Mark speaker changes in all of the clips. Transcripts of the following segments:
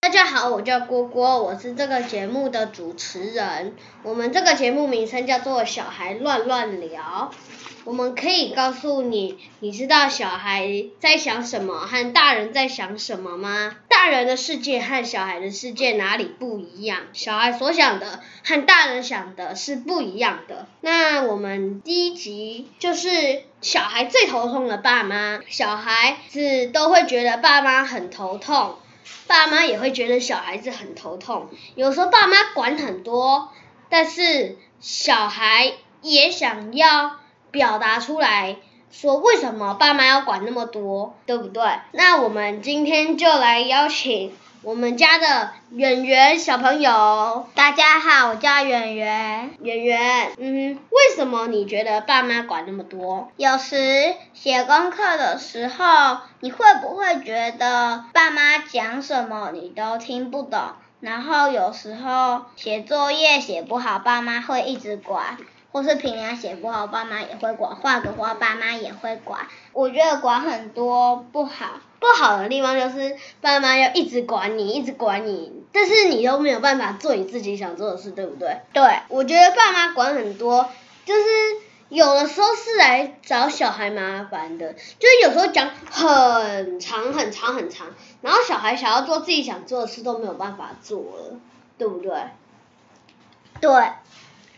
Speaker 1: 大家好，我叫郭郭，我是这个节目的主持人。我们这个节目名称叫做“小孩乱乱聊”，我们可以告诉你，你知道小孩在想什么和大人在想什么吗？大人的世界和小孩的世界哪里不一样？小孩所想的和大人想的是不一样的。那我们第一集就是小孩最头痛的爸妈，小孩子都会觉得爸妈很头痛。爸妈也会觉得小孩子很头痛。有时候爸妈管很多，但是小孩也想要表达出来，说为什么爸妈要管那么多，对不对？那我们今天就来邀请我们家的圆圆小朋友。
Speaker 2: 大家好，我叫圆圆。
Speaker 1: 圆圆，嗯，为什么你觉得爸妈管那么多？
Speaker 2: 有时写功课的时候，你会不会觉得爸妈讲什么你都听不懂？然后有时候写作业写不好，爸妈会一直管。或是平常写不好，爸妈也会管；画个画，爸妈也会管。我觉得管很多不好，
Speaker 1: 不好的地方就是爸妈要一直管你，一直管你，但是你都没有办法做你自己想做的事，对不对？
Speaker 2: 对，
Speaker 1: 我觉得爸妈管很多，就是有的时候是来找小孩麻烦的，就是有时候讲很长很长很长，然后小孩想要做自己想做的事都没有办法做了，对不对？
Speaker 2: 对。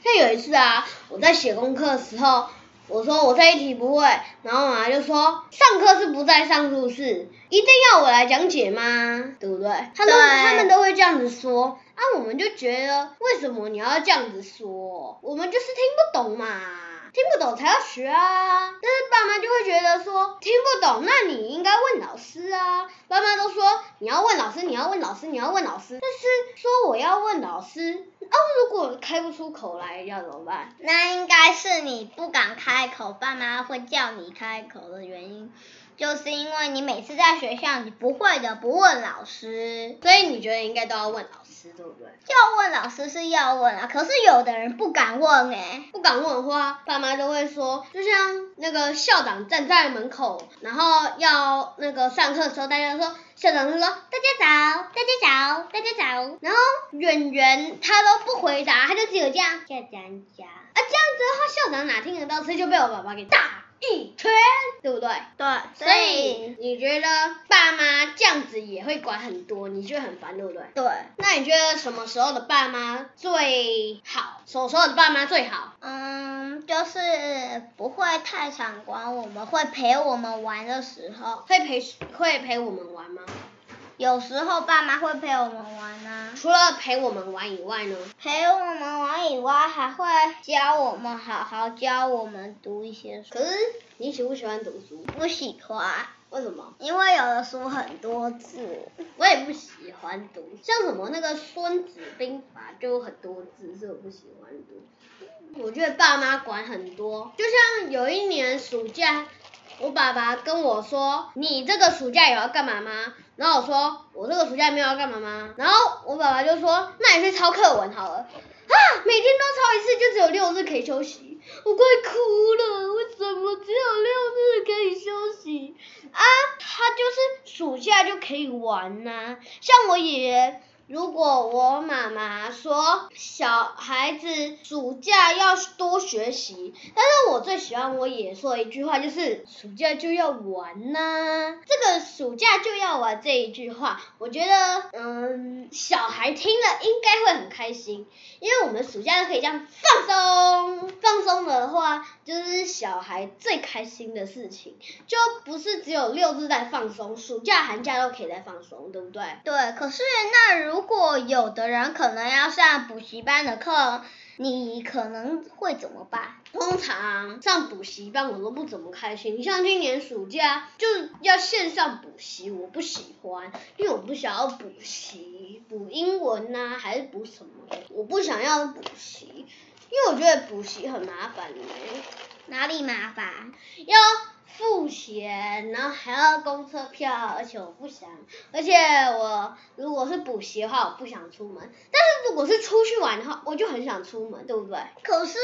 Speaker 1: 像有一次啊，我在写功课的时候，我说我这一题不会，然后妈妈就说上课是不在上述室，一定要我来讲解吗？对不对？他们
Speaker 2: 对
Speaker 1: 他们都会这样子说，啊，我们就觉得为什么你要这样子说？我们就是听不懂嘛。听不懂才要学啊，但是爸妈就会觉得说听不懂，那你应该问老师啊。爸妈都说你要问老师，你要问老师，你要问老师，但是说我要问老师，啊，如果开不出口来要怎么办？
Speaker 2: 那应该是你不敢开口，爸妈会叫你开口的原因，就是因为你每次在学校你不会的不问老师，
Speaker 1: 所以你觉得应该都要问老师，对不对？
Speaker 2: 要问老师是要问啊，可是有的人不敢问哎、
Speaker 1: 不敢问的话，爸妈就会说，就像那个校长站在门口，然后要那个上课的时候，大家说校长就说大家早，大家早，大家早，然后远远他都不回答，他就只有这样啊，
Speaker 2: 校长讲，
Speaker 1: 这样子的话校长哪听得到，所以就被我爸爸给打一拳，对不对？
Speaker 2: 对，
Speaker 1: 所以你觉得爸妈这样子也会管很多，你觉得很烦，对不对？
Speaker 2: 对，
Speaker 1: 那你觉得什么时候的爸妈最好？什么时候的爸妈最好？
Speaker 2: 嗯，就是不会太想管我们，会陪我们玩的时候，
Speaker 1: 会陪会陪我们玩吗？
Speaker 2: 有时候爸妈会陪我们玩啊，
Speaker 1: 除了陪我们玩以外呢？
Speaker 2: 陪我们玩以外，还会教我们好好教我们读一些书，
Speaker 1: 可是你喜不喜欢读书？
Speaker 2: 不喜欢。
Speaker 1: 为什么？
Speaker 2: 因为有的书很多字，
Speaker 1: 我也不喜欢读，像什么那个《孙子兵法》就很多字，是我不喜欢读。我觉得爸妈管很多，就像有一年暑假，我爸爸跟我说：“你这个暑假有要干嘛吗？”然后我说：“我这个暑假没有要干嘛吗？”然后我爸爸就说：“那你去抄课文好了。”啊，每天都抄一次，就只有六日可以休息，我快哭了。为什么只有六日可以休息？啊，他就是暑假就可以玩呐、像我爷爷，如果我妈妈说小孩子暑假要多学习，但是我最喜欢我爷爷说的一句话就是暑假就要玩呐、这个暑假就要玩这一句话，我觉得嗯，小孩听了应该会很开心，因为我们暑假就可以这样放松，放松的话就是小孩最开心的事情。就不是只有六日在放松，暑假、寒假都可以在放松，对不对？
Speaker 2: 对。可是那如果有的人可能要上补习班的课，你可能会怎么办？
Speaker 1: 通常上补习班我都不怎么开心，像今年暑假就是要线上补习，我不喜欢，因为我不想要补习，补英文呐、还是补什么的，我不想要补习，因为我觉得补习很麻烦的、
Speaker 2: 哪里麻烦？
Speaker 1: 要付钱，然后还要公车票，而且我不想，而且我如果是补习的话，我不想出门。但是如果是出去玩的话，我就很想出门，对不对？
Speaker 2: 可是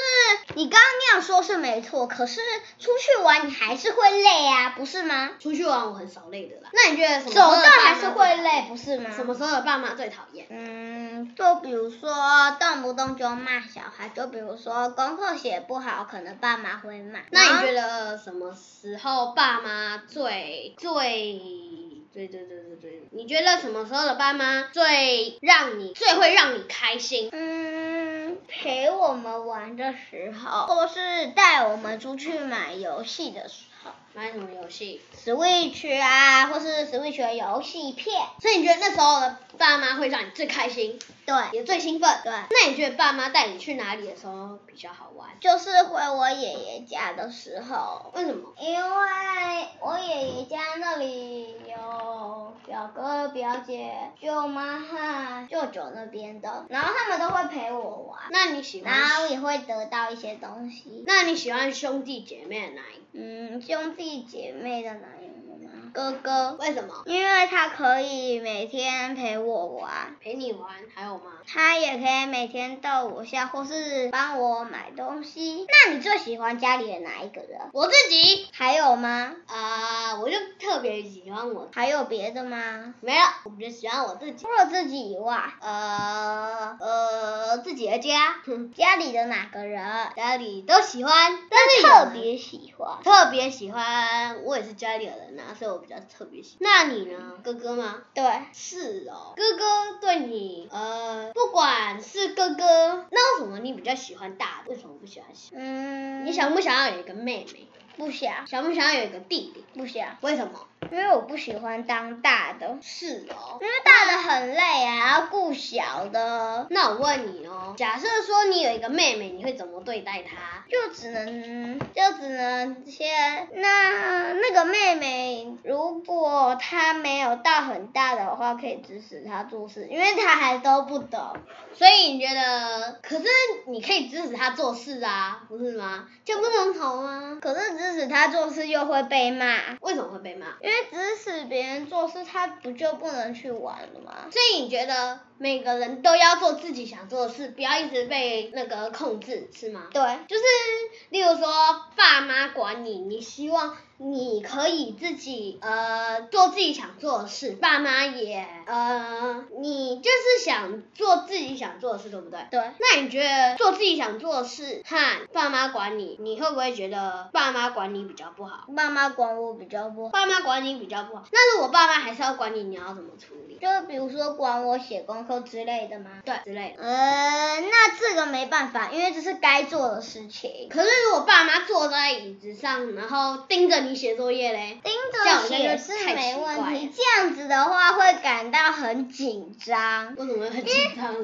Speaker 2: 你刚刚那样说是没错，可是出去玩你还是会累啊，不是吗？
Speaker 1: 出去玩我很少累的啦。那你觉得什么
Speaker 2: 走
Speaker 1: 时候的
Speaker 2: 动
Speaker 1: 爸妈
Speaker 2: 还是会累，不是吗？
Speaker 1: 什么时候的爸妈最讨厌？
Speaker 2: 嗯，就比如说动不动就骂小孩，就比如说功课写不好，可能爸妈会骂。
Speaker 1: 那你觉
Speaker 2: 得？
Speaker 1: 得什么时候爸妈最最最最最最最？你觉得什么时候的爸妈最让你最会让你开心？
Speaker 2: 嗯，陪我们玩的时候，或是带我们出去买游戏的时候
Speaker 1: 玩什么游戏？
Speaker 2: ，Switch 啊，或是 Switch 的游戏片，
Speaker 1: 所以你觉得那时候的爸妈会让你最开心，
Speaker 2: 对，
Speaker 1: 也最兴奋？
Speaker 2: 对
Speaker 1: 那你觉得爸妈带你去哪里的时候比较好玩？
Speaker 2: 就是回我爷爷家的时候，
Speaker 1: 为什么？
Speaker 2: 因为我爷爷家那里有表哥、表姐、舅妈和舅舅那边的，然后他们都会陪我玩，
Speaker 1: 那你喜
Speaker 2: 然后
Speaker 1: 欢？
Speaker 2: 也会得到一些东西。
Speaker 1: 那你喜欢兄弟姐妹的哪一
Speaker 2: 嗯，兄弟姐妹的男人吗？哥哥
Speaker 1: 个？，为什么？
Speaker 2: 因为他可以每天陪我玩。
Speaker 1: 陪你玩，还有吗？
Speaker 2: 他也可以每天逗我笑，或是帮我买东西。那你最喜欢家里的哪一个人？
Speaker 1: 我自己
Speaker 2: 还有吗？
Speaker 1: 啊、我就特别喜欢我，
Speaker 2: 还有别的吗？
Speaker 1: 没了，我就喜欢我自己。
Speaker 2: 除了自己以外，
Speaker 1: 呃呃，自己的家，哼
Speaker 2: 家里的哪个人
Speaker 1: 家里都喜欢，但是有
Speaker 2: 特
Speaker 1: 人
Speaker 2: 别喜欢？
Speaker 1: 特别喜欢，我也是家里的人啊，所以我比较特别喜欢。那你呢，哥哥吗？
Speaker 2: 对，
Speaker 1: 是哦，哥哥对你，呃，不管是哥哥，那为什么你比较喜欢大的？为什么不喜欢小？
Speaker 2: 嗯，
Speaker 1: 你想不想要有一个妹妹？
Speaker 2: 不想？
Speaker 1: 想不想要有一个弟弟？
Speaker 2: 不想，
Speaker 1: 为什么？
Speaker 2: 因为我不喜欢当大的，
Speaker 1: 是哦
Speaker 2: 因。为大的很累啊，要顾小的，
Speaker 1: 那我问你哦，假设说你有一个妹妹，你会怎么对待她？
Speaker 2: 就只能就只能先那那个妹妹，如果她没有到很大的话，可以指使她做事，因为她还都不懂。
Speaker 1: 所以你觉得，可是你可以支持她做事啊，不是吗？就不能投吗？
Speaker 2: 可是指使她做事又会被骂，
Speaker 1: 为什么会被骂？
Speaker 2: 因为指使别人做事，她不就不能去玩了吗？
Speaker 1: 所以你觉得每个人都要做自己想做的事，不要一直被那个控制，是吗？
Speaker 2: 对，
Speaker 1: 就是，例如说，爸妈管你，你希望你可以自己呃做自己想做的事，爸妈也呃，你就是想做自己想做的事，对不对？
Speaker 2: 对，
Speaker 1: 那你觉得做自己想做的事和爸妈管你，你会不会觉得爸妈管你比较不好？
Speaker 2: 爸妈管我比较不好，
Speaker 1: 爸妈管你比较不好，那如果爸妈还是要管你，你要怎么处理？
Speaker 2: 就比如说管我写功课之类的吗？
Speaker 1: 对，之类的。
Speaker 2: 呃，那这个没办法，因为这是该做的事情。
Speaker 1: 可是如果爸妈坐在椅子上，然后盯着你写作业嘞，
Speaker 2: 盯着写是没问题，这样子的话会感到很紧张。
Speaker 1: 为什么会很紧张？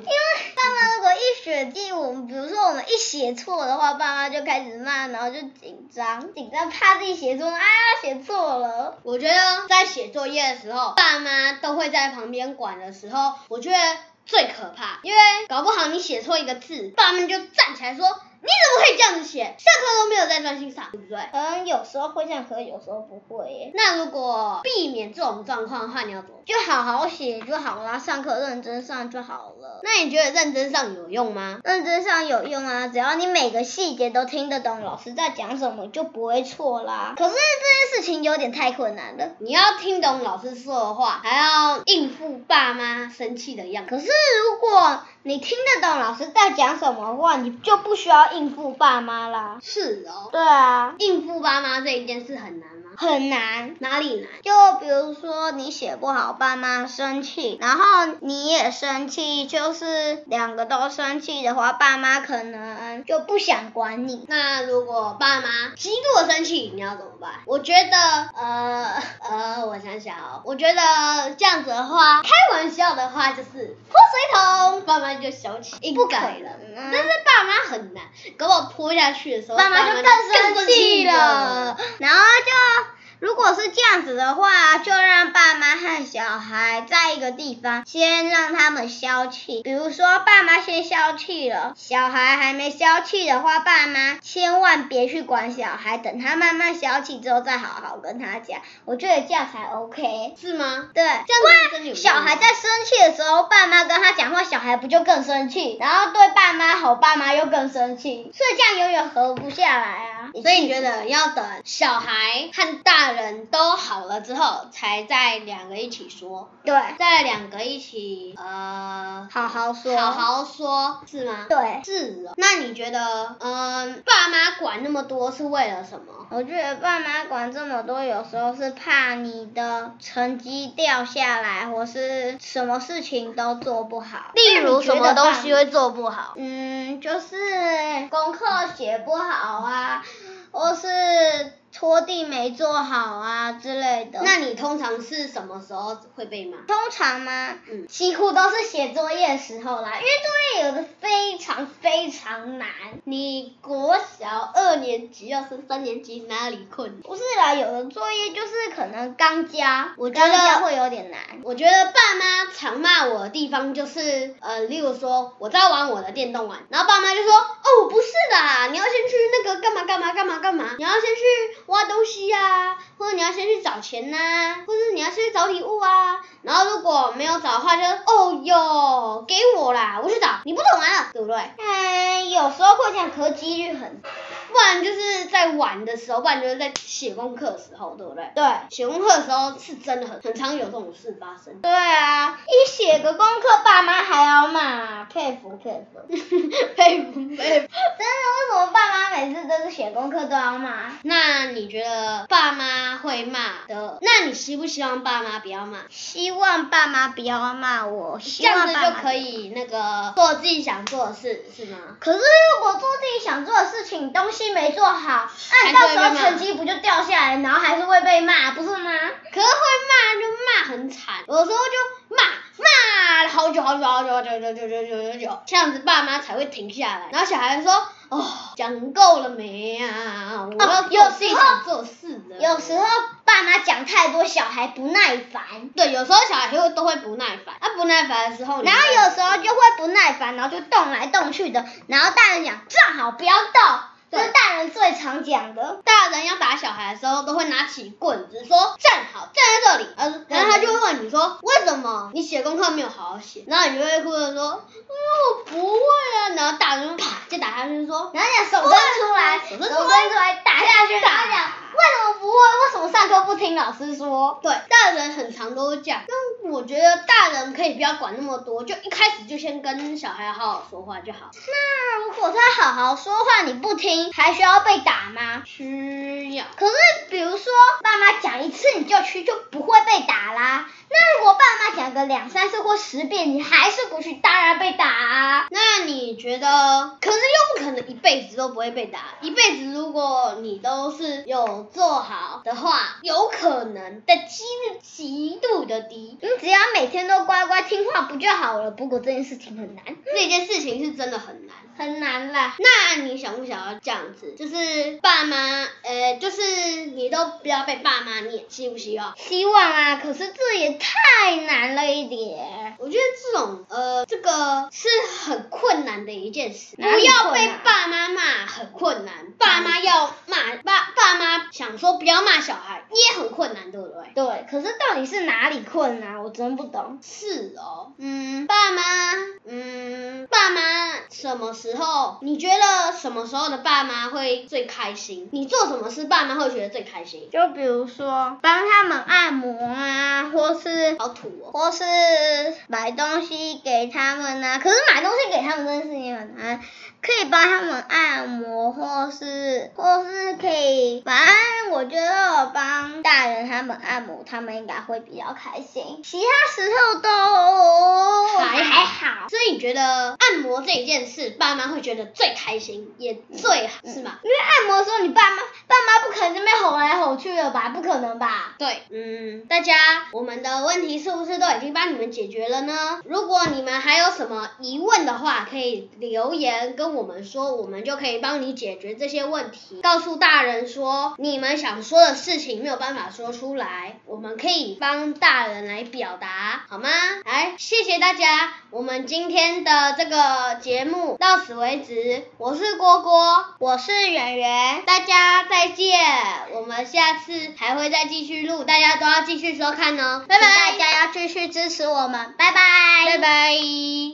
Speaker 2: 爸妈如果一雪地，我们比如说我们一写错的话，爸妈就开始骂，然后就紧张，紧张怕自己写错啊，写错了。
Speaker 1: 我觉得在写作业的时候，爸妈都会在旁边管的时候，我觉得最可怕，因为搞不好你写错一个字，爸妈就站起来说：“你怎么可以这样子写？上课都没有在专心上，对不对
Speaker 2: 可能有时候会这样，可有时候不会耶？”。
Speaker 1: 那如果避免这种状况的话，你要怎么办？
Speaker 2: 就好好写就好啦，上课认真上就好了。
Speaker 1: 那你觉得认真上有用吗？
Speaker 2: 认真上有用啊，只要你每个细节都听得懂老师在讲什么，就不会错啦。可是这件事情有点太困难了。
Speaker 1: 你要听懂老师说的话，还要应付爸妈生气的样子。
Speaker 2: 可是如果你听得懂老师在讲什么的话，你就不需要应付爸妈啦。
Speaker 1: 是哦，
Speaker 2: 对啊，
Speaker 1: 应付爸妈这一件事很难吗？
Speaker 2: 很难。
Speaker 1: 哪里难？
Speaker 2: 就比如说你写不好，爸妈生气，然后你也生气，就是两个都生气的话，爸妈可能就不想管你。
Speaker 1: 那如果爸妈极度的生气，你要怎么办？我觉得，呃呃，我想想哦，我觉得这样子的话，开玩笑的话就是泼水桶，爸妈就消气，应
Speaker 2: 不可
Speaker 1: 该了。
Speaker 2: 能啊
Speaker 1: 但是爸妈很难，搞不好泼下去的时候，
Speaker 2: 爸妈就更生气
Speaker 1: 了
Speaker 2: 了。，然后就如果是这样子的话，就让爸妈和小孩在一个地方，先让他们消气。比如说，爸妈先消气了，小孩还没消气的话，爸妈千万别去管小孩，等他慢慢消气之后再好好跟他讲。我觉得这样才 OK。
Speaker 1: 是吗？
Speaker 2: 对，
Speaker 1: 这样子真的有用吗
Speaker 2: 小孩在生气的时候，爸妈跟他讲话，小孩不就更生气？然后对爸妈吼，爸妈又更生气，所以这样永远合不下来啊。
Speaker 1: 所以你觉得要等小孩和大人都好了之后，才再两个一起说，
Speaker 2: 对，
Speaker 1: 再两个一起呃
Speaker 2: 好好说，
Speaker 1: 好好说，是吗？
Speaker 2: 对。
Speaker 1: 是哦。那你觉得，嗯、爸妈管那么多是为了什么？
Speaker 2: 我觉得爸妈管这么多，有时候是怕你的成绩掉下来，或是什么事情都做不好。
Speaker 1: 例如什么东西
Speaker 2: 那你觉得爸
Speaker 1: 会做不好？
Speaker 2: 嗯，就是功课写不好啊，或是拖地没做好啊之类的。
Speaker 1: 那你通常是什么时候会被骂？
Speaker 2: 通常吗？
Speaker 1: 嗯
Speaker 2: 几乎都是写作业的时候啦，因为作业有的非常非常难。
Speaker 1: 你国小二年级要升三年级哪里困？
Speaker 2: 不是啦，有的作业就是可能刚交，
Speaker 1: 我觉
Speaker 2: 刚
Speaker 1: 得
Speaker 2: 交会有点难。
Speaker 1: 我觉得爸妈常骂我的地方就是，呃，例如说我在玩我的电动玩，然后爸妈就说，哦，不是的，你要先去那个干嘛干嘛干嘛干嘛，你要先去挖东西呀、或者你要先去找钱呐、或者你要先去找礼物啊，然后如果没有找的话就，哦哟，给我啦，我去找，你不懂玩了，对不对？
Speaker 2: 嗯，有时候会这样，可是几率很低
Speaker 1: 不然就是在玩的时候，不然就是在写功课的时候，对不对？
Speaker 2: 对。
Speaker 1: 写功课的时候是真的很很常有这种事发生。
Speaker 2: 对啊，一写个功课，爸妈还要骂，佩服佩 服。真的，
Speaker 1: 佩服佩服。
Speaker 2: 为什么爸妈每次都是写功课都要骂？
Speaker 1: 那你觉得爸妈会骂的？那你希不希望爸妈不要骂？
Speaker 2: 希望爸妈不要骂我，
Speaker 1: 这
Speaker 2: 希
Speaker 1: 样
Speaker 2: 望
Speaker 1: 子
Speaker 2: 爸妈
Speaker 1: 就可。以那个做自己想做的事，是吗？
Speaker 2: 可是如果做自己想做的事情，东西没做好，
Speaker 1: 还
Speaker 2: 那、你
Speaker 1: 是会被
Speaker 2: 到时
Speaker 1: 骂
Speaker 2: 候成绩不就掉下来，然后还是会被骂，不是吗？
Speaker 1: 可是会骂就骂很惨，有时候就骂骂了好久好久好久好久好久好久好久好久，这样子爸妈才会停下来。然后小孩说：“哦，讲够了没啊？我要
Speaker 2: 哦
Speaker 1: 做自己想做的事了。
Speaker 2: 有时候爸妈讲太多，小孩不耐烦，
Speaker 1: 对，有时候小孩会都会不耐烦，他、不耐烦的时候，
Speaker 2: 然后有时候就会不耐烦，然后就动来动去的，然后大人讲站好不要动，这是
Speaker 1: 对
Speaker 2: 大人最常讲的。
Speaker 1: 大人要打小孩的时候，都会拿起棍子说站好，站在这里。呃，然后他就会问你说为什么你写功课没有好好写？然后你就会哭着说，嗯，我不会啊。然后大人就啪就打下去说，
Speaker 2: 然后讲手伸出来，
Speaker 1: 手
Speaker 2: 手
Speaker 1: 伸
Speaker 2: 伸
Speaker 1: 出来
Speaker 2: 出来打下去，
Speaker 1: 打
Speaker 2: 然后讲为什么不会？为什么上课不听老师说？
Speaker 1: 对，大人很常都会这样。但我觉得大人可以不要管那么多，就一开始就先跟小孩好好说话就好。
Speaker 2: 那如果他好好说话你不听，还需要被打吗？
Speaker 1: 需要。
Speaker 2: 可是比如说爸妈讲一次你就去，就不会被打啦。那如果爸妈讲个两三次或十遍，你还是不去，当然被打啊。
Speaker 1: 那你觉得，可是又不可能一辈子都不会被打，一辈子如果你都是有做好的话，有可能的几率极度的低。
Speaker 2: 你只要每天都乖乖听话不就好了？不过这件事情很难，
Speaker 1: 这件事情是真的很难。
Speaker 2: 很难啦。
Speaker 1: 那你想不想要这样子？就是爸妈，呃，就是你都不要被爸妈念，希不希望？
Speaker 2: 希望啊，可是这也太难了一点。
Speaker 1: 我觉得这种，呃，这个是很困难的一件事。不
Speaker 2: 哪里
Speaker 1: 要被
Speaker 2: 困难啊
Speaker 1: 爸妈骂很困难，爸妈要骂爸，爸妈想说不要骂小孩也很困难，对不对？
Speaker 2: 对，可是到底是哪里困难、我真不懂。
Speaker 1: 是哦，嗯，爸妈，嗯，爸妈什么时候？你觉得什么时候的爸妈会最开心？你做什么事，爸妈会觉得最开心？
Speaker 2: 就比如说帮他们按摩啊，或是
Speaker 1: 好土哦。
Speaker 2: 或是买东西给他们呐、可是买东西给他们这件事情很难，可以帮他们按摩，或是或是可以，反正我觉得我帮大人他们按摩，他们应该会比较开心。其他时候都
Speaker 1: 还好
Speaker 2: 还好，好。所以你觉得按摩这一件事，爸妈会觉得最开心，也最好，是吗？
Speaker 1: 嗯因为按摩的时候，你爸妈爸妈不可能在那边吼来吼去的吧？不可能吧？
Speaker 2: 对，嗯，大家，我们的问题是不是都已经帮你们解决了呢？如果你们还有什么疑问的话，可以留言跟我们说，我们就可以帮你解决这些问题。告诉大人说你们想说的事情没有办法说出来，我们可以帮大人来表达，好吗？来，谢谢大家，我们今天的这个节目到此为止。我是郭郭，
Speaker 1: 我是圆圆，
Speaker 2: 大家再见，我们下次还会再继续录，大家都要继续收看哦，拜拜，
Speaker 1: 请大家要继续支持我们，拜拜，
Speaker 2: 拜拜。